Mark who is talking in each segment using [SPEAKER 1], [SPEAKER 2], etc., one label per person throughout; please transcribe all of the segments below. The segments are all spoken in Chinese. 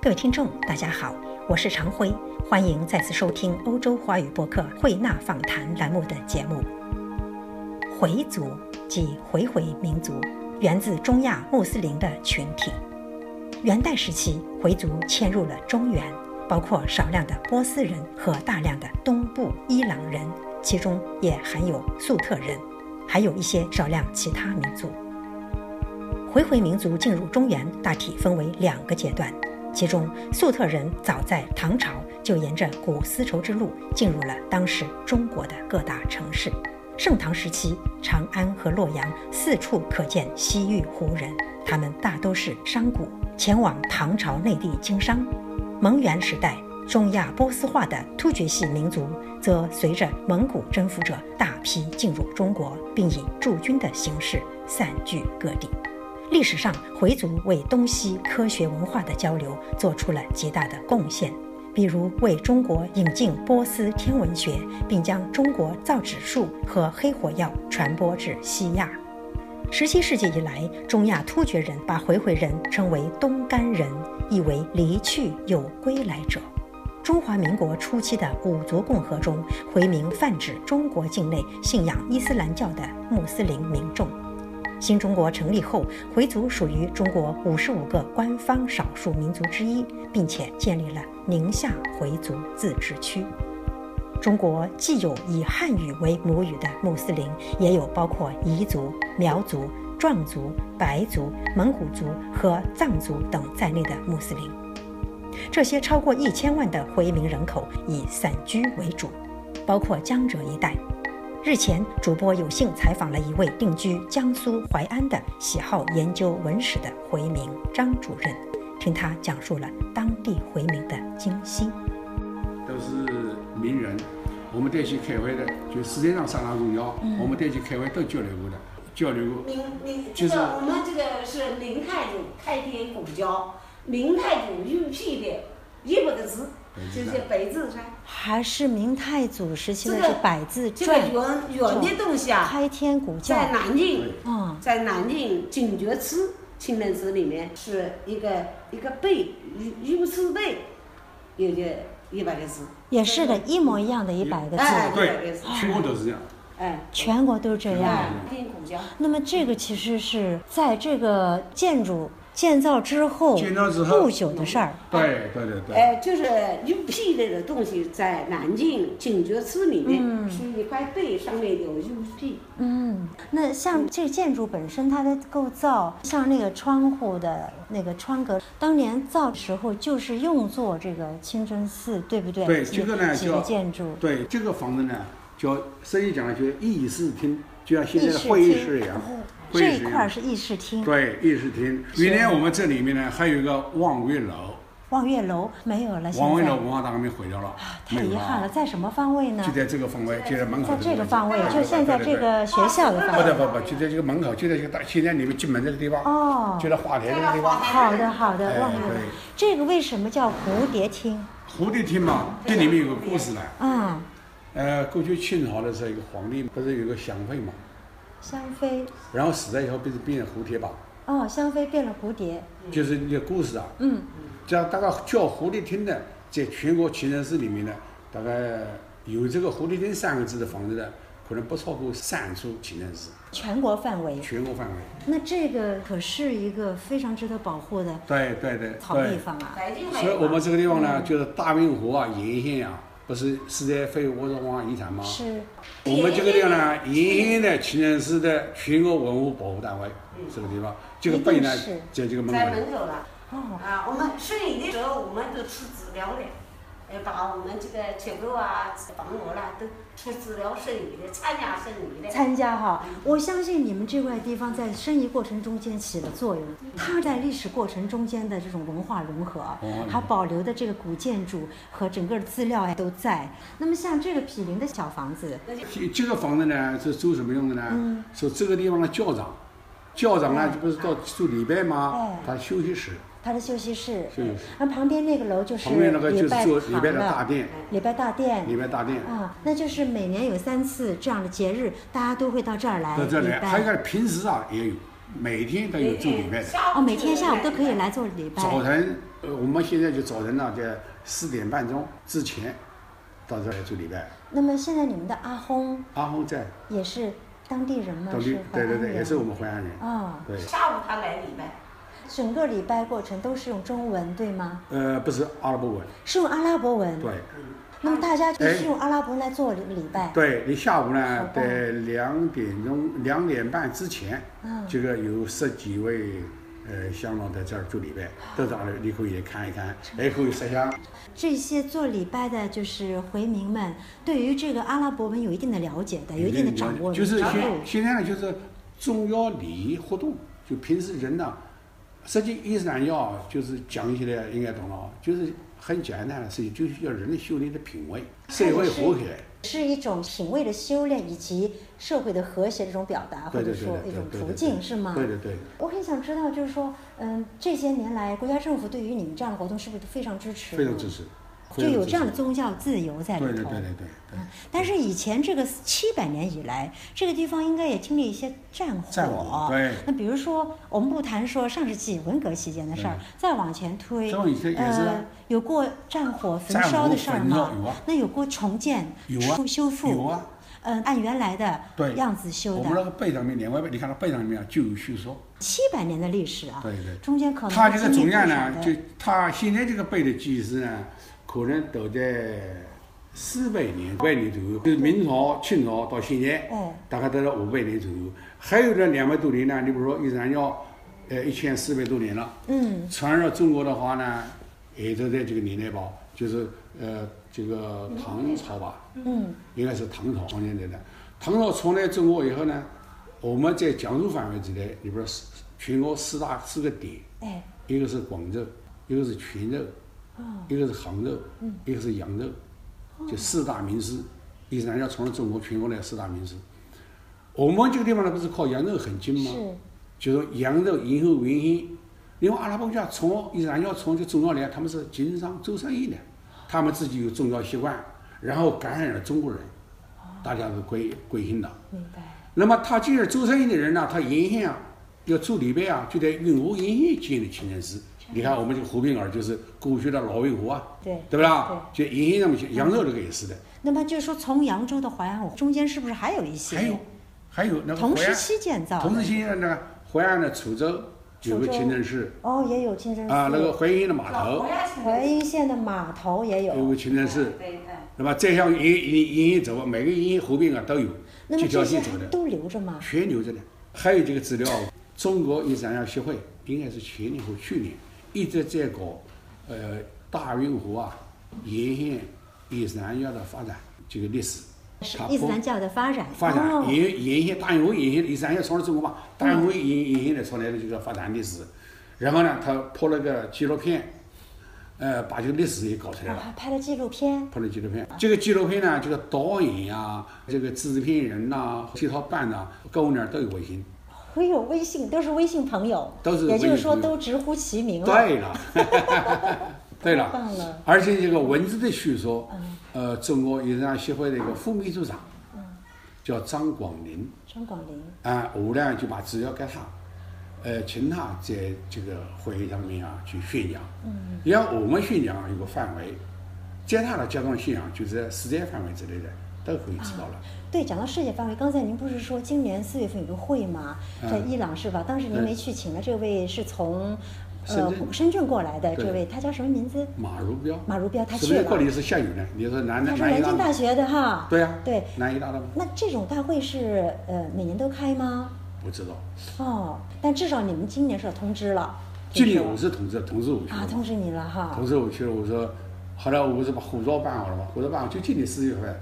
[SPEAKER 1] 各位听众，大家好，我是常辉，欢迎再次收听欧洲华语播客“慧纳访谈”栏目的节目。回族即回回民族，源自中亚穆斯林的群体。元代时期，回族迁入了中原，包括少量的波斯人和大量的东部伊朗人，其中也含有粟特人，还有一些少量其他民族。回回民族进入中原，大体分为两个阶段。其中，粟特人早在唐朝就沿着古丝绸之路进入了当时中国的各大城市。盛唐时期，长安和洛阳四处可见西域胡人，他们大都是商贾，前往唐朝内地经商。蒙元时代，中亚波斯化的突厥系民族则随着蒙古征服者大批进入中国，并以驻军的形式散居各地。历史上，回族为东西科学文化的交流做出了极大的贡献，比如为中国引进波斯天文学，并将中国造纸术和黑火药传播至西亚。十七世纪以来，中亚突厥人把回回人称为东干人，意为离去有归来者。中华民国初期的五族共和中，回民泛指中国境内信仰伊斯兰教的穆斯林民众。新中国成立后，回族属于中国五十五个官方少数民族之一，并且建立了宁夏回族自治区。中国既有以汉语为母语的穆斯林，也有包括彝族、苗族、壮族、白族、蒙古族和藏族等在内的穆斯林。这些超过一千万的回民人口以散居为主，包括江浙一带。日前，主播有幸采访了一位定居江苏淮安的喜好研究文史的回民张主任，听他讲述了当地回民的今昔。
[SPEAKER 2] 都是名人。我们带去开会的，就世界上三大宗教，
[SPEAKER 3] 嗯
[SPEAKER 2] 我们带去开会都交流过的，交流过。
[SPEAKER 4] 明明
[SPEAKER 2] 就
[SPEAKER 4] 这
[SPEAKER 2] 是
[SPEAKER 4] 个我们这个是明太祖开天古教，明太祖御辟的一百个字，就是
[SPEAKER 2] 啊
[SPEAKER 4] 北字山。
[SPEAKER 3] 还是明太祖时期的
[SPEAKER 4] 这个
[SPEAKER 3] 这百字
[SPEAKER 4] 这个
[SPEAKER 3] 传，
[SPEAKER 4] 圆圆的东西啊，
[SPEAKER 3] 开天古教
[SPEAKER 4] 在南京
[SPEAKER 2] 对，
[SPEAKER 3] 啊，
[SPEAKER 4] 在南京警觉祠清真寺里面是一个一个贝玉玉字贝，有个一百个字，
[SPEAKER 3] 也是的，一模一样的一百个字，
[SPEAKER 4] 哎
[SPEAKER 2] 对，全国都是这样。
[SPEAKER 4] 哎，
[SPEAKER 3] 全国都是这样。
[SPEAKER 4] 哎，开天古教。
[SPEAKER 3] 那么这个其实是在这个建筑建造之后
[SPEAKER 2] 建造之后
[SPEAKER 3] 不久的事儿，
[SPEAKER 2] 对对对对。
[SPEAKER 4] 哎，就是玉璧类的东西，在南京警觉祠里面、是一块贝，上面有玉璧。
[SPEAKER 3] 嗯，那像这个建筑本身它的构造，像那个窗户的那个窗格，当年造的时候就是用作这个清真寺，对不对？
[SPEAKER 2] 对
[SPEAKER 3] 几
[SPEAKER 2] 这个呢
[SPEAKER 3] 几个
[SPEAKER 2] 叫
[SPEAKER 3] 建筑，
[SPEAKER 2] 对这个房子呢，叫生意讲呢，就议事厅，就像现在
[SPEAKER 3] 议
[SPEAKER 2] 的
[SPEAKER 3] 事
[SPEAKER 2] 会议室一
[SPEAKER 3] 厅哦
[SPEAKER 2] 样。，会
[SPEAKER 3] 这
[SPEAKER 2] 议
[SPEAKER 3] 一
[SPEAKER 2] 室一
[SPEAKER 3] 块儿
[SPEAKER 2] 样。
[SPEAKER 3] 是议事厅。
[SPEAKER 2] 对，议事厅。原来我们这里面呢，还有一个望月楼，
[SPEAKER 3] 望月楼没有了，现
[SPEAKER 2] 望月
[SPEAKER 3] 在
[SPEAKER 2] 楼文化大革命毁掉了，
[SPEAKER 3] 啊太遗憾了，
[SPEAKER 2] 没
[SPEAKER 3] 在什么方位
[SPEAKER 2] 有
[SPEAKER 3] 呢
[SPEAKER 2] 就？在这个方位，就在门口
[SPEAKER 3] 在
[SPEAKER 2] 的
[SPEAKER 3] 这个
[SPEAKER 2] 位置
[SPEAKER 3] 方位，就现在这。个学校的
[SPEAKER 2] 对对对对
[SPEAKER 3] 方
[SPEAKER 2] 不得
[SPEAKER 3] 位。
[SPEAKER 2] 不不，就在这个门口，就在这个大，现在你们进门这个地方，
[SPEAKER 3] 哦
[SPEAKER 2] 就在花台这个地方，
[SPEAKER 3] 好的，好
[SPEAKER 2] 哎
[SPEAKER 3] 的，望月楼
[SPEAKER 2] 对。
[SPEAKER 3] 这个为什么叫蝴蝶厅？
[SPEAKER 2] 蝴蝶厅嘛，这里面有个故事呢。
[SPEAKER 3] 啊，
[SPEAKER 2] 呃，过去清朝的时候，有个皇帝不是有个祥妃嘛，
[SPEAKER 3] 香妃。
[SPEAKER 2] 然后死了以后变成变成蝴蝶吧，
[SPEAKER 3] 哦，香妃变了蝴蝶。
[SPEAKER 2] 就是那个故事啊。
[SPEAKER 3] 嗯，
[SPEAKER 2] 这样大概叫蝴蝶厅的，在全国清真寺里面呢，大概有这个蝴蝶厅三个字的房子呢，可能不超过三处清真寺，
[SPEAKER 3] 全国范围。
[SPEAKER 2] 全国范围。
[SPEAKER 3] 那这个可是一个非常值得保护的
[SPEAKER 2] 对对对
[SPEAKER 3] 好地
[SPEAKER 2] 对。
[SPEAKER 3] 方啊。
[SPEAKER 4] 北京还
[SPEAKER 2] 所以
[SPEAKER 4] 有
[SPEAKER 2] 我们这个地方呢，就是大运河啊沿线啊，不是世界非物质文化啊遗产吗？
[SPEAKER 3] 是，
[SPEAKER 2] 我们这个地方呢，沿线的清真寺的全国文物保护单位，这个地方，这个碑呢
[SPEAKER 3] 一定是，
[SPEAKER 2] 在这个门
[SPEAKER 4] 在
[SPEAKER 2] 口。
[SPEAKER 4] 门口了
[SPEAKER 3] 哦，
[SPEAKER 4] 啊。我们顺义的时候，我们都吃资料的，哎，把我们这个结构啊、房屋啦都吃资料顺义的，参加顺义的。
[SPEAKER 3] 参加哈，我相信你们这块地方在申遗过程中间起了作用，它在历史过程中间的这种文化融合
[SPEAKER 2] 文化融合，
[SPEAKER 3] 还保留的这个古建筑和整个资料呀都在。那么像这个毗邻的小房子，
[SPEAKER 2] 这这个房子呢是做什么用的呢
[SPEAKER 3] 嗯？
[SPEAKER 2] 说这个地方的教长，教长呢不是到做礼拜吗
[SPEAKER 3] 哎？
[SPEAKER 2] 他休息室，
[SPEAKER 3] 它的休息室，
[SPEAKER 2] 休息室
[SPEAKER 3] 那旁边那个楼就是
[SPEAKER 2] 旁边那个就是做礼
[SPEAKER 3] 礼
[SPEAKER 2] 拜
[SPEAKER 3] 拜
[SPEAKER 2] 的大
[SPEAKER 3] 堂啊
[SPEAKER 2] 殿，
[SPEAKER 3] 礼拜大殿
[SPEAKER 2] 礼拜大殿。
[SPEAKER 3] 啊，那就是每年有三次这样的节日，大家都会到这儿来
[SPEAKER 2] 到这里，
[SPEAKER 3] 礼拜
[SPEAKER 2] 还有一个平时啊也有，每天都有做礼拜的。
[SPEAKER 1] 哦，每天下午都可以来做礼拜。
[SPEAKER 2] 早晨，呃，我们现在就早晨呢，在四点半钟之前到这儿来做礼拜。
[SPEAKER 1] 那么现在你们的阿訇
[SPEAKER 2] 阿訇在
[SPEAKER 1] 也是当地人吗？
[SPEAKER 2] 当
[SPEAKER 1] 是
[SPEAKER 2] 地，
[SPEAKER 1] 淮
[SPEAKER 2] 对
[SPEAKER 1] 安
[SPEAKER 2] 对对，
[SPEAKER 1] 人
[SPEAKER 2] 也是我们淮安人。
[SPEAKER 1] 哦，
[SPEAKER 2] 对，
[SPEAKER 4] 下午他来礼拜，
[SPEAKER 1] 整个礼拜过程都是用中文对吗？
[SPEAKER 2] 呃，不是阿拉伯文，
[SPEAKER 1] 是用阿拉伯文。
[SPEAKER 2] 对。
[SPEAKER 1] 那么大家就
[SPEAKER 2] 哎
[SPEAKER 1] 是用阿拉伯文来做礼拜。
[SPEAKER 2] 对你下午
[SPEAKER 1] 好
[SPEAKER 2] 呢，
[SPEAKER 1] 棒
[SPEAKER 2] 在两点钟、两点半之前，
[SPEAKER 1] 嗯
[SPEAKER 2] 这个有十几位呃乡老在这儿做礼拜，都到了，你可以看一看，还可以摄像。
[SPEAKER 1] 这些做礼拜的，就是回民们，对于这个阿拉伯文有一定的了解的，有一定的掌握，
[SPEAKER 2] 就是
[SPEAKER 1] 有一定的掌
[SPEAKER 2] 现
[SPEAKER 1] 握
[SPEAKER 2] 现在呢，就是重要礼仪活动，就平时人呢，实际伊斯兰教就是讲起来应该懂了啊，就是很简单的事情，就是要人类修炼的品味，社会和谐。
[SPEAKER 1] 是一种品味的修炼，以及社会的和谐的一种表达，或
[SPEAKER 2] 对
[SPEAKER 1] 者
[SPEAKER 2] 对对
[SPEAKER 1] 说
[SPEAKER 2] 对
[SPEAKER 1] 一种
[SPEAKER 2] 对
[SPEAKER 1] 途
[SPEAKER 2] 对
[SPEAKER 1] 径，
[SPEAKER 2] 对
[SPEAKER 1] 是吗？
[SPEAKER 2] 对对对。
[SPEAKER 1] 我很想知道，就是说，嗯，这些年来，国家政府对于你们这样的活动是不是非常支持？
[SPEAKER 2] 非常支，持，
[SPEAKER 1] 就有这样的
[SPEAKER 2] 的
[SPEAKER 1] 宗教自由在里
[SPEAKER 2] 对
[SPEAKER 1] 头。
[SPEAKER 2] 对对对对对
[SPEAKER 1] 嗯。但是以前这个七百年以来，这个地方应该也经历一些战火。
[SPEAKER 2] 战火对
[SPEAKER 1] 那比如说，我们不谈说上世纪文革期间的事儿，再往前推，
[SPEAKER 2] 嗯再往以前也是啊
[SPEAKER 1] 呃，有过战火焚
[SPEAKER 2] 战火
[SPEAKER 1] 嗯烧的事儿
[SPEAKER 2] 焚
[SPEAKER 1] 吗
[SPEAKER 2] 烧？有啊
[SPEAKER 1] 那有过重建、
[SPEAKER 2] 有啊
[SPEAKER 1] 出修复？
[SPEAKER 2] 有啊。
[SPEAKER 1] 嗯，按原来的
[SPEAKER 2] 对
[SPEAKER 1] 样子修
[SPEAKER 2] 我
[SPEAKER 1] 的
[SPEAKER 2] 们，那个背上面，两外面，你看到背上面啊就有叙说，
[SPEAKER 1] 七百年的历史啊，
[SPEAKER 2] 对对
[SPEAKER 1] 中间可能
[SPEAKER 2] 他这个
[SPEAKER 1] 经历
[SPEAKER 2] 总量
[SPEAKER 1] 不少的
[SPEAKER 2] 呢，就他现在这个背的技师呢，可能都在四百年、五百年左右，就是明朝、清朝到现在，
[SPEAKER 1] 哦
[SPEAKER 2] 大概都到五百年左右。还有这两百多年呢，你比如说伊斯兰教，呃，一千四百多年了，
[SPEAKER 1] 嗯，
[SPEAKER 2] 传入中国的话呢，也都在这个年代吧，就是呃，这个唐朝吧，
[SPEAKER 1] 嗯，
[SPEAKER 2] 应该是唐朝现在的。唐朝传来中国以后呢，我们在江苏范围之内，你比如说全国四大四个点，
[SPEAKER 1] 哎，
[SPEAKER 2] 一个是广州，一个是泉州，一个是杭州，一个是扬州，就四大名师，伊斯兰教传入中国全国的四大名师。我们这个地方呢，不是靠扬州很近吗？
[SPEAKER 1] 是，
[SPEAKER 2] 就说扬州以后原因，因为阿拉伯教从伊斯兰教从这宗教来，他们是经商做生意的，他们自己有宗教习惯，然后感染了中国人，大家都归归信了。
[SPEAKER 1] 明白。
[SPEAKER 2] 那么他既然做生意的人呢，他沿线啊要做礼拜啊，就在运河沿线建立清真寺。你看我们这个湖滨尔就是过去的老运河啊，
[SPEAKER 1] 对
[SPEAKER 2] 对不啦？就沿线上面去，扬州这个也是的，
[SPEAKER 1] 那么就是说，从扬州的淮安湖中间是不是还有一些
[SPEAKER 2] 还有还有那个
[SPEAKER 1] 同
[SPEAKER 2] 淮
[SPEAKER 1] 时
[SPEAKER 2] 安，
[SPEAKER 1] 期建造的？
[SPEAKER 2] 同时期呢，那个淮安的滁州有
[SPEAKER 1] 滁
[SPEAKER 2] 个
[SPEAKER 1] 州
[SPEAKER 2] 清真寺
[SPEAKER 1] 哦，也有清真寺
[SPEAKER 2] 啊，那个淮阴
[SPEAKER 1] 哎
[SPEAKER 2] 的码
[SPEAKER 4] 老
[SPEAKER 2] 头
[SPEAKER 4] 婆呀，现
[SPEAKER 1] 淮
[SPEAKER 4] 在
[SPEAKER 1] 阴县的码头也
[SPEAKER 2] 有
[SPEAKER 1] 有。
[SPEAKER 2] 个清真寺，
[SPEAKER 4] 对，哎，
[SPEAKER 2] 那么再向沿沿沿线走啊，每个沿线湖滨啊都有，
[SPEAKER 1] 那
[SPEAKER 2] 几
[SPEAKER 1] 么
[SPEAKER 2] 条
[SPEAKER 1] 这
[SPEAKER 2] 线
[SPEAKER 1] 些
[SPEAKER 2] 走的。
[SPEAKER 1] 都留着吗？
[SPEAKER 2] 全留着呢。还有这个资料，中国伊斯兰教协会应该是前年或去年一直在搞，呃，大运河啊，沿线伊斯兰教的发展这个历史。
[SPEAKER 1] 是
[SPEAKER 2] 它
[SPEAKER 1] 伊斯
[SPEAKER 2] 包
[SPEAKER 1] 兰教的发展。
[SPEAKER 2] 发展
[SPEAKER 1] 哦，
[SPEAKER 2] 沿沿线大运河沿线伊斯兰教传入中国嘛，大运河沿沿线的传来的这个发展历史。然后呢，他拍了个纪录片，呃，把这个历史也搞出来
[SPEAKER 1] 然
[SPEAKER 2] 了。
[SPEAKER 1] 后拍了纪录片。
[SPEAKER 2] 拍了纪录片。这个纪录片呢，这个导演呀、这个制片人呐、这套办呐、高呢都有微信。
[SPEAKER 1] 会有微信，都是微信朋友，
[SPEAKER 2] 都是
[SPEAKER 1] 也就
[SPEAKER 2] 微
[SPEAKER 1] 是
[SPEAKER 2] 信
[SPEAKER 1] 说
[SPEAKER 2] 朋友
[SPEAKER 1] 都直呼其名了。
[SPEAKER 2] 对了， 对
[SPEAKER 1] 太棒了
[SPEAKER 2] 了，而且这个文字的叙说，呃，中国伊斯兰协会的一个副秘书长，
[SPEAKER 1] 嗯
[SPEAKER 2] 叫张广林
[SPEAKER 1] 张广林，
[SPEAKER 2] 啊，我呢就把资料给他，呃，请他在这个会议上面啊去宣扬。嗯，你看我们宣扬有个范围，接他的教宗信仰就是在世界范围之内的都可以知道了。
[SPEAKER 1] 对，讲到世界范围，刚才您不是说今年四月份有个会吗？在伊朗是吧？当时您
[SPEAKER 2] 嗯
[SPEAKER 1] 没去，请的这位是从
[SPEAKER 2] 深
[SPEAKER 1] 呃
[SPEAKER 2] 圳
[SPEAKER 1] 深圳过来的
[SPEAKER 2] 对
[SPEAKER 1] 这位，他叫什么名字？
[SPEAKER 2] 马如标，
[SPEAKER 1] 马如标他
[SPEAKER 2] 是
[SPEAKER 1] 去
[SPEAKER 2] 不是
[SPEAKER 1] 了
[SPEAKER 2] 过来是下雨呢？你说南
[SPEAKER 1] 他
[SPEAKER 2] 南
[SPEAKER 1] 是
[SPEAKER 2] 南
[SPEAKER 1] 南
[SPEAKER 2] 一大
[SPEAKER 1] 京
[SPEAKER 2] 吗
[SPEAKER 1] 大学的哈。
[SPEAKER 2] 对呀，
[SPEAKER 1] 对，
[SPEAKER 2] 南一大的吗？
[SPEAKER 1] 那这种大会是呃每年都开吗？
[SPEAKER 2] 不知道，
[SPEAKER 1] 哦，但至少你们今年是有通知了。
[SPEAKER 2] 今
[SPEAKER 1] 就是
[SPEAKER 2] 年我是同志，同志我去
[SPEAKER 1] 啊，
[SPEAKER 2] 了。
[SPEAKER 1] 通知你了哈
[SPEAKER 2] 同。时我去了，我说，后来我不是把护照办好了嘛，护照办好就今年四月份，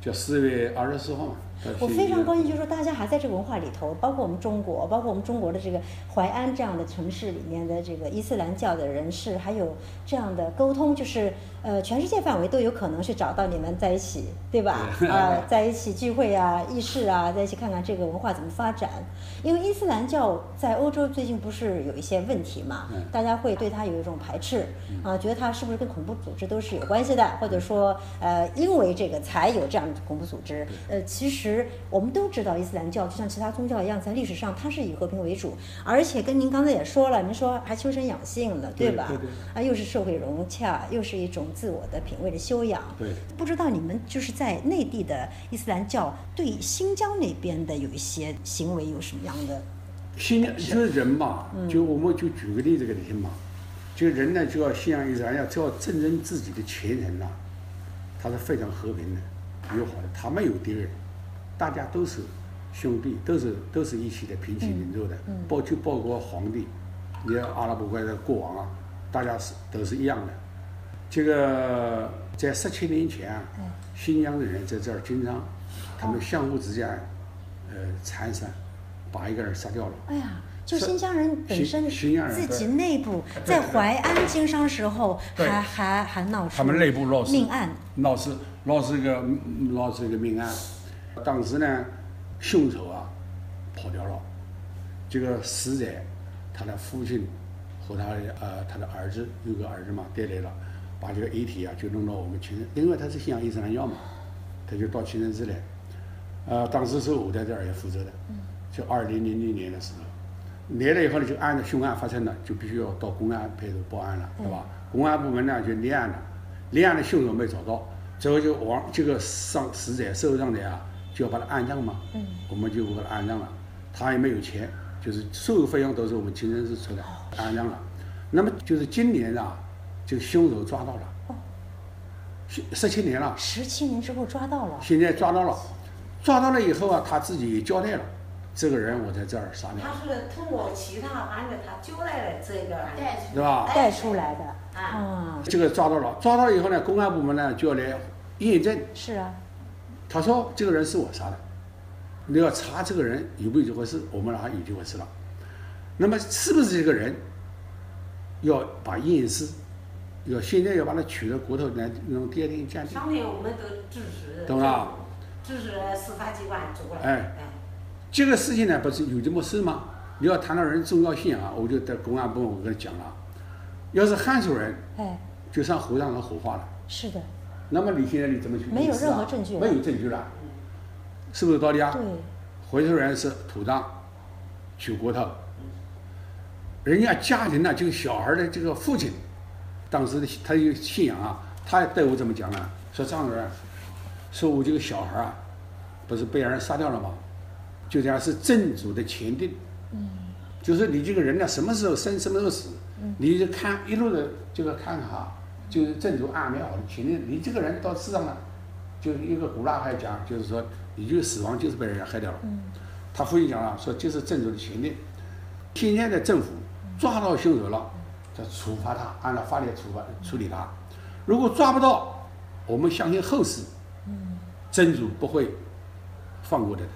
[SPEAKER 2] 就四月二十四号嘛。到
[SPEAKER 1] 嗯我
[SPEAKER 2] 悉
[SPEAKER 1] 非
[SPEAKER 2] 尼
[SPEAKER 1] 常
[SPEAKER 2] 了
[SPEAKER 1] 关心，就是说大家还在这个文化里头，包括我们中国，包括我们中国的这个淮安这样的城市里面的这个伊斯兰教的人士，还有这样的沟通，就是呃，全世界范围都有可能去找到你们在一起，对吧？ 啊，在一起聚会啊、议事啊，在一起看看这个文化怎么发展。因为伊斯兰教在欧洲最近不是有一些问题嘛，
[SPEAKER 2] 嗯
[SPEAKER 1] 大家会对它有一种排斥啊，觉得它是不是跟恐怖组
[SPEAKER 2] 嗯
[SPEAKER 1] 织都是有关系的，或者说呃，因为这个才有这样的恐怖组织。呃，其实。实我们都知道，伊斯兰教就像其他宗教一样，在历史上它是以和平为主，而且跟您刚才也说了，您说还修身养性了，
[SPEAKER 2] 对
[SPEAKER 1] 吧？
[SPEAKER 2] 对对
[SPEAKER 1] 啊，又是社会融洽，又是一种自我的品味的修养。
[SPEAKER 2] 对，
[SPEAKER 1] 不知道你们就是在内地的伊斯兰教对新疆那边的有一些行为有什么样的？
[SPEAKER 2] 信仰就是人嘛，就我们就举个例子给你听嘛，就人呢就要信仰伊斯兰，要就要证真自己的前人呐、他是非常和平的、友好的，他没有敌人，大家都是兄弟，都是都是一起的平起平坐的，包就包括皇帝，你看阿拉伯国家的国王啊，大家是都是一样的。这个在十七年前啊，新疆的人在这儿经常，他们相互之间，呃，残杀，把一个人杀掉了。
[SPEAKER 1] 哎呀，就是新疆人本
[SPEAKER 2] 新
[SPEAKER 1] 身
[SPEAKER 2] 新疆人
[SPEAKER 1] 自
[SPEAKER 2] 对
[SPEAKER 1] 己内部
[SPEAKER 2] 对
[SPEAKER 1] 在淮安经商时候
[SPEAKER 2] 对
[SPEAKER 1] 还还还闹出
[SPEAKER 2] 他们内部闹事
[SPEAKER 1] 命案，
[SPEAKER 2] 闹事闹事个嗯闹事个命案。当时呢，凶手啊跑掉了，这个死者他的父亲和他的呃他的儿子有个儿子嘛带来了，把这个遗体啊就弄到我们清真，因为他是信仰伊斯兰教嘛，他就到清真寺来。呃，当时是我在这儿也负责的，
[SPEAKER 1] 嗯
[SPEAKER 2] 就二零零零年的时候，来了以后呢，就按照凶案发生了，就必须要到公安派出所报案了，对吧？公安部门呢就立案了，立案的凶手没找到，最后就往这个伤死者受伤者啊，就要把他安葬嘛，我们就把他安葬了，他也没有钱，就是所有费用都是我们清真寺出的，安葬了。那么就是今年啊，这个凶手抓到了，十十七年了。
[SPEAKER 1] 十七年之后抓到了，
[SPEAKER 2] 现在抓到了，抓到了以后啊，他自己也交代了，这个人我在这儿杀掉
[SPEAKER 4] 他
[SPEAKER 2] 了，
[SPEAKER 4] 是通过其他案子，他交代了这个案子。
[SPEAKER 2] 对吧？
[SPEAKER 1] 带出来的
[SPEAKER 4] 啊
[SPEAKER 1] 哎啊，
[SPEAKER 2] 这个抓到了，抓到了以后呢，公安部门呢就要来验证，
[SPEAKER 1] 是啊，
[SPEAKER 2] 他说这个人是我杀的，你要查这个人有没有这回事，我们拿有这回事了。那么是不是这个人，要把验尸，要现在要把他取了骨头来弄 DNA 鉴定，
[SPEAKER 4] 上面我们都支持，
[SPEAKER 2] 懂了？
[SPEAKER 4] 支持司法机关做了。
[SPEAKER 2] 哎这个事情呢，不是有这么事吗？你要谈到人重要性啊，我就在公安部门我跟他讲了，要是汉族人。
[SPEAKER 1] 哎，
[SPEAKER 2] 就上火葬场火化了。
[SPEAKER 1] 是的，
[SPEAKER 2] 那么你现在你怎么去
[SPEAKER 1] 没有
[SPEAKER 2] 验尸啊
[SPEAKER 1] 任何证据了
[SPEAKER 2] 没有证据了，是不是道理啊？
[SPEAKER 1] 对。
[SPEAKER 2] 回头人是土葬，取骨头，人家家人呢，这个小孩的这个父亲，当时的他有信仰啊，他对我怎么讲呢？啊说张主任，说我这个小孩啊，不是被人杀掉了吗？就讲是正主的前定，就是你这个人呢，什么时候生，什么时候死，你就看一路的这个看哈，就是正主暗没好的前定，你这个人到世上呢，就是一个古拉还讲，就是说你这个死亡就是被人家害掉了。他父亲讲了，说这是正主的前定，现在的政府抓到凶手了，就处罚他，按照法律处罚处理他。如果抓不到，我们相信后世，嗯真主不会放过他的。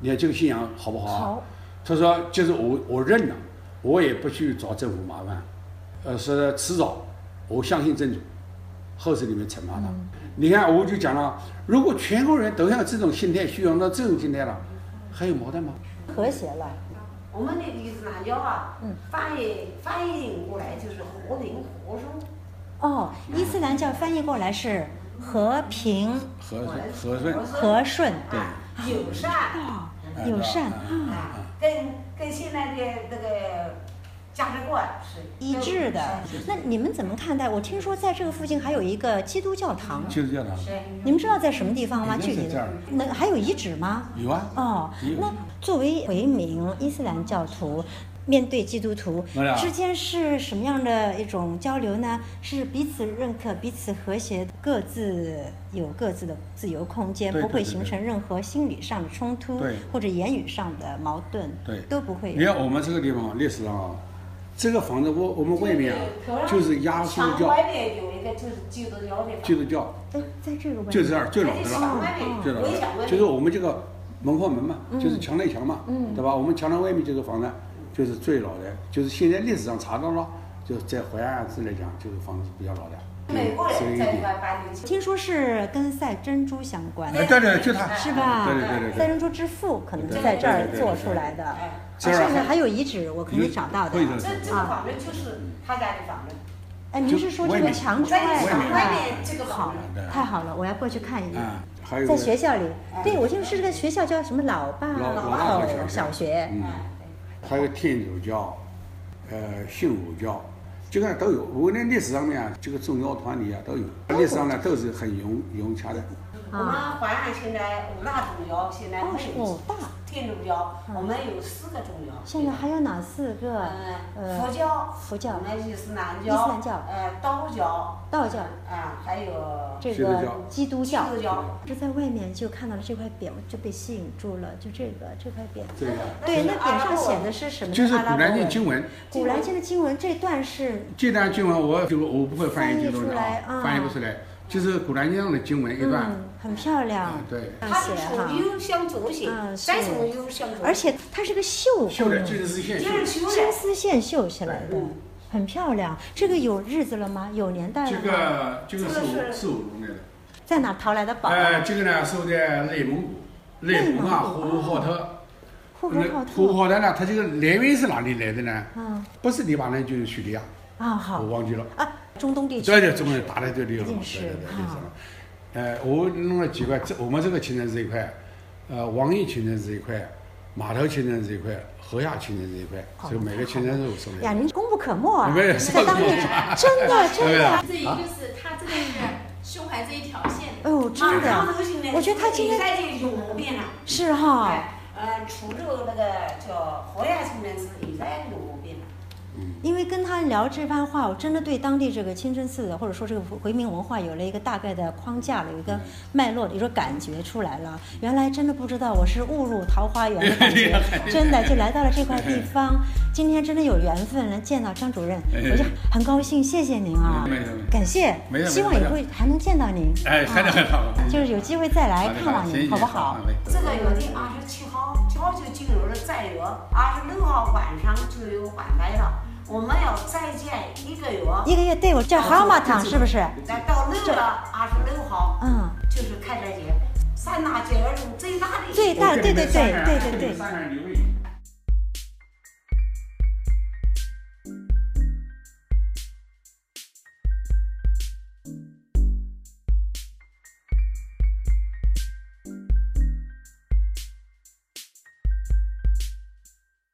[SPEAKER 2] 你看这个信仰好嗯不好啊？
[SPEAKER 1] 好
[SPEAKER 2] 他说就是我我认了，我也不去找政府麻烦，呃，是迟早，我相信政主，后世里面惩罚他。
[SPEAKER 1] 嗯
[SPEAKER 2] 你看我就讲了，如果全国人都像这种心态，需要到这种心态了，还有矛盾吗？
[SPEAKER 1] 和谐了，
[SPEAKER 4] 我们的伊斯兰教啊，
[SPEAKER 1] 嗯
[SPEAKER 4] 翻译翻译过来就是和平和顺。
[SPEAKER 1] 哦，伊斯兰教翻译过来是和平
[SPEAKER 2] 和和顺，
[SPEAKER 1] 和顺，
[SPEAKER 4] 啊，友善，
[SPEAKER 2] 哦
[SPEAKER 1] 啊，友善
[SPEAKER 2] 嗯
[SPEAKER 1] 啊，
[SPEAKER 4] 啊，跟跟现在的那个价值观是
[SPEAKER 1] 一致的。那你们怎么看待？我听说在这个附近还有一个基督教堂，
[SPEAKER 2] 就是这样的。
[SPEAKER 4] 是
[SPEAKER 1] 你们知道在什么地方吗？
[SPEAKER 2] 已
[SPEAKER 1] 具
[SPEAKER 2] 经
[SPEAKER 1] 体
[SPEAKER 2] 在这
[SPEAKER 1] 的
[SPEAKER 2] 儿了
[SPEAKER 1] 那还有遗址吗？
[SPEAKER 2] 有啊，
[SPEAKER 1] 哦，
[SPEAKER 2] 有
[SPEAKER 1] 那作为回民伊斯兰教徒，面对基督徒
[SPEAKER 2] 我俩
[SPEAKER 1] 之间是什么样的一种交流呢？是彼此认可、彼此和谐，各自有各自的自由空间，
[SPEAKER 2] 对
[SPEAKER 1] 不会
[SPEAKER 2] 对对
[SPEAKER 1] 形
[SPEAKER 2] 对
[SPEAKER 1] 成任何心理上的冲突
[SPEAKER 2] 对
[SPEAKER 1] 或者言语上的矛盾，
[SPEAKER 2] 对
[SPEAKER 1] 都不会
[SPEAKER 2] 你
[SPEAKER 1] 有。
[SPEAKER 2] 看我们这个地方历史上啊，这个房子我我们外面啊，就是亚述
[SPEAKER 4] 墙
[SPEAKER 2] 教
[SPEAKER 4] 外面有一个就是基督教的房，
[SPEAKER 2] 基督教，
[SPEAKER 1] 哎，在这个问题
[SPEAKER 2] 就是这儿最老
[SPEAKER 4] 而且
[SPEAKER 2] 的
[SPEAKER 4] 墙
[SPEAKER 2] 了。
[SPEAKER 4] 外面
[SPEAKER 2] 知道吧
[SPEAKER 4] 围墙外
[SPEAKER 2] 就是
[SPEAKER 4] 面，
[SPEAKER 2] 我们这个门框门嘛，就是墙内墙嘛，对吧？我们墙的外面这个房呢，就是最老的，就是现在历史上查到了，就是在淮安案子来讲，这个房子是比较老的。
[SPEAKER 4] 美国
[SPEAKER 2] 所以
[SPEAKER 4] 人
[SPEAKER 2] 一
[SPEAKER 4] 在
[SPEAKER 2] 点
[SPEAKER 4] 一块搬进去，
[SPEAKER 1] 听说是跟赛珍珠相关的
[SPEAKER 2] 哎，，对对，就它
[SPEAKER 1] 是吧？
[SPEAKER 2] 对对对
[SPEAKER 1] 赛
[SPEAKER 2] 对
[SPEAKER 1] 珍珠之父可能
[SPEAKER 2] 对
[SPEAKER 1] 是在这儿
[SPEAKER 2] 对对对
[SPEAKER 1] 做
[SPEAKER 2] 对
[SPEAKER 1] 出来的。
[SPEAKER 4] 哎，
[SPEAKER 1] 啊，
[SPEAKER 2] 这
[SPEAKER 1] 甚
[SPEAKER 2] 儿
[SPEAKER 1] 至
[SPEAKER 2] 还
[SPEAKER 1] 还有遗址，我可以
[SPEAKER 2] 有
[SPEAKER 1] 找到的
[SPEAKER 2] 会的
[SPEAKER 4] 这这个
[SPEAKER 1] 啊。
[SPEAKER 4] 房子就是他家的房子，
[SPEAKER 1] 哎，您是说这个长
[SPEAKER 4] 外
[SPEAKER 1] 川
[SPEAKER 4] 面
[SPEAKER 1] 外
[SPEAKER 2] 外面
[SPEAKER 4] 外面这个
[SPEAKER 1] 好
[SPEAKER 4] 房
[SPEAKER 2] 对，
[SPEAKER 1] 太好了，我要过去看一眼。
[SPEAKER 2] 啊，还有
[SPEAKER 1] 在
[SPEAKER 2] 个
[SPEAKER 1] 学校里，对我就是这个学校叫什么老坝
[SPEAKER 2] 哎老
[SPEAKER 4] 老
[SPEAKER 2] 坝
[SPEAKER 1] 口
[SPEAKER 2] 小
[SPEAKER 1] 小
[SPEAKER 2] 学
[SPEAKER 1] 学，
[SPEAKER 2] 嗯
[SPEAKER 4] 哎
[SPEAKER 1] 啊
[SPEAKER 2] 还有天主教，呃，信武教，这个都有。我们历史上面啊，这个宗教团体啊都有，历史上呢都是很融融洽的。
[SPEAKER 4] 我们淮安现在五大宗教，现在我
[SPEAKER 1] 哦
[SPEAKER 4] 们
[SPEAKER 1] 是
[SPEAKER 4] 有
[SPEAKER 1] 五大，啊
[SPEAKER 4] 天主教，我们有四个宗教。
[SPEAKER 1] 现在还有哪四个？
[SPEAKER 2] 哎
[SPEAKER 4] 嗯，佛
[SPEAKER 1] 呃，
[SPEAKER 4] 教，
[SPEAKER 1] 佛教
[SPEAKER 4] 我们伊斯兰
[SPEAKER 1] 伊斯兰教
[SPEAKER 4] 呃，道教，
[SPEAKER 1] 道教、
[SPEAKER 4] 啊，还有
[SPEAKER 1] 这
[SPEAKER 2] 基督
[SPEAKER 1] 个
[SPEAKER 2] 教
[SPEAKER 1] 基督
[SPEAKER 4] 基
[SPEAKER 1] 教。
[SPEAKER 4] 督教。
[SPEAKER 1] 这在外面就看到了这块匾，我就被吸引住了。就这个这块匾，
[SPEAKER 2] 这个
[SPEAKER 1] 对，那
[SPEAKER 4] 阿拉
[SPEAKER 1] 匾上
[SPEAKER 4] 伯
[SPEAKER 1] 写的是什么？
[SPEAKER 2] 就是
[SPEAKER 1] 阿拉
[SPEAKER 2] 古
[SPEAKER 1] 伯
[SPEAKER 2] 兰经
[SPEAKER 1] 文
[SPEAKER 2] 经文，
[SPEAKER 1] 古兰经的经文这段是
[SPEAKER 2] 这段经文我这个我不会翻译这东西
[SPEAKER 1] 翻译出来
[SPEAKER 2] 啊，
[SPEAKER 1] 啊
[SPEAKER 2] 翻译不出来，就是古兰经上的经文一段。
[SPEAKER 1] 嗯，很漂亮
[SPEAKER 2] 嗯，对
[SPEAKER 1] 这样
[SPEAKER 4] 它
[SPEAKER 1] 写
[SPEAKER 4] 是
[SPEAKER 1] 哈
[SPEAKER 4] 从。右向左写
[SPEAKER 1] 嗯，
[SPEAKER 4] 再
[SPEAKER 1] 是
[SPEAKER 4] 从右向左。
[SPEAKER 1] 而且它是个绣
[SPEAKER 2] 修
[SPEAKER 1] 工
[SPEAKER 2] 的，
[SPEAKER 1] 的，
[SPEAKER 2] 这个是现修
[SPEAKER 4] 就是
[SPEAKER 2] 的。
[SPEAKER 4] 修
[SPEAKER 1] 金
[SPEAKER 4] 的，
[SPEAKER 1] 丝线绣起来的
[SPEAKER 4] 嗯，
[SPEAKER 1] 很漂亮。这个有日子了吗？有年代
[SPEAKER 2] 这
[SPEAKER 1] 了吗？
[SPEAKER 2] 个这个是
[SPEAKER 4] 这个
[SPEAKER 2] 我
[SPEAKER 4] 是
[SPEAKER 2] 是我弄的。
[SPEAKER 1] 在哪淘来的宝啊？
[SPEAKER 2] 呃，这个呢是在内蒙古，内蒙啊，呼和浩特。
[SPEAKER 1] 呼和浩
[SPEAKER 2] 那呼和
[SPEAKER 1] 特。
[SPEAKER 2] 浩特呢，它这个来源是哪里来的呢？
[SPEAKER 1] 嗯
[SPEAKER 2] 不是黎巴嫩就是叙利亚，
[SPEAKER 1] 啊
[SPEAKER 2] 我
[SPEAKER 1] 好
[SPEAKER 2] 忘记了。
[SPEAKER 1] 啊，中东地区。
[SPEAKER 2] 这就中国人打的这里有
[SPEAKER 1] 一
[SPEAKER 2] 对
[SPEAKER 1] 定
[SPEAKER 2] 对
[SPEAKER 1] 是
[SPEAKER 2] 对，就是
[SPEAKER 1] 啊
[SPEAKER 2] 呃，我弄了几块，这我们这个清真寺一块，呃，王爷清真寺一块，码头清真寺一块，河雅清真寺一块，
[SPEAKER 1] 哦
[SPEAKER 2] 就每个清真寺我送
[SPEAKER 1] 呀，
[SPEAKER 2] 的。
[SPEAKER 1] 您功不可没啊！
[SPEAKER 2] 你们也
[SPEAKER 1] 在当 地真的真
[SPEAKER 2] 对
[SPEAKER 1] 的，
[SPEAKER 2] 啊
[SPEAKER 5] 这一个是他这个是胸怀这一条线
[SPEAKER 1] 哎呦，真
[SPEAKER 4] 马
[SPEAKER 1] 的
[SPEAKER 4] 上都行了
[SPEAKER 1] 我觉得他今天
[SPEAKER 4] 你再就有毛病了。
[SPEAKER 1] 是哈，
[SPEAKER 4] 哎，呃，滁州那个叫河雅清真寺，现在有毛病了。
[SPEAKER 1] 因为跟他聊这番话，我真的对当地这个清真寺的或者说这个回民文化有了一个大概的框架了，有一
[SPEAKER 2] 嗯
[SPEAKER 1] 个脉络，有一种感觉出来了。原来真的不知道我是误入桃花源的感觉，真的就来到了这块地方。今天真的有缘分能见到张主任，我就很高兴，谢谢您啊
[SPEAKER 2] 嗯没有没有，
[SPEAKER 1] 感谢
[SPEAKER 2] 没有没，有
[SPEAKER 1] 希望以后还能见到您。
[SPEAKER 2] 哎，看得很好，
[SPEAKER 1] 就是有机会再来
[SPEAKER 2] 好的
[SPEAKER 1] 看望您，好不好？？
[SPEAKER 2] 的
[SPEAKER 4] 这个月的二十七号早就进入了斋月，二十六号晚上就有晚拜了。我们要再见一个月，
[SPEAKER 1] 一个月，对我叫蛤蟆堂是不是？
[SPEAKER 4] 再到六月二十六号
[SPEAKER 1] 嗯，
[SPEAKER 4] 就是开斋节，三大节日中最大
[SPEAKER 1] 哎
[SPEAKER 4] 的一个
[SPEAKER 1] 最大，对对对对对对。
[SPEAKER 2] 三个人留一个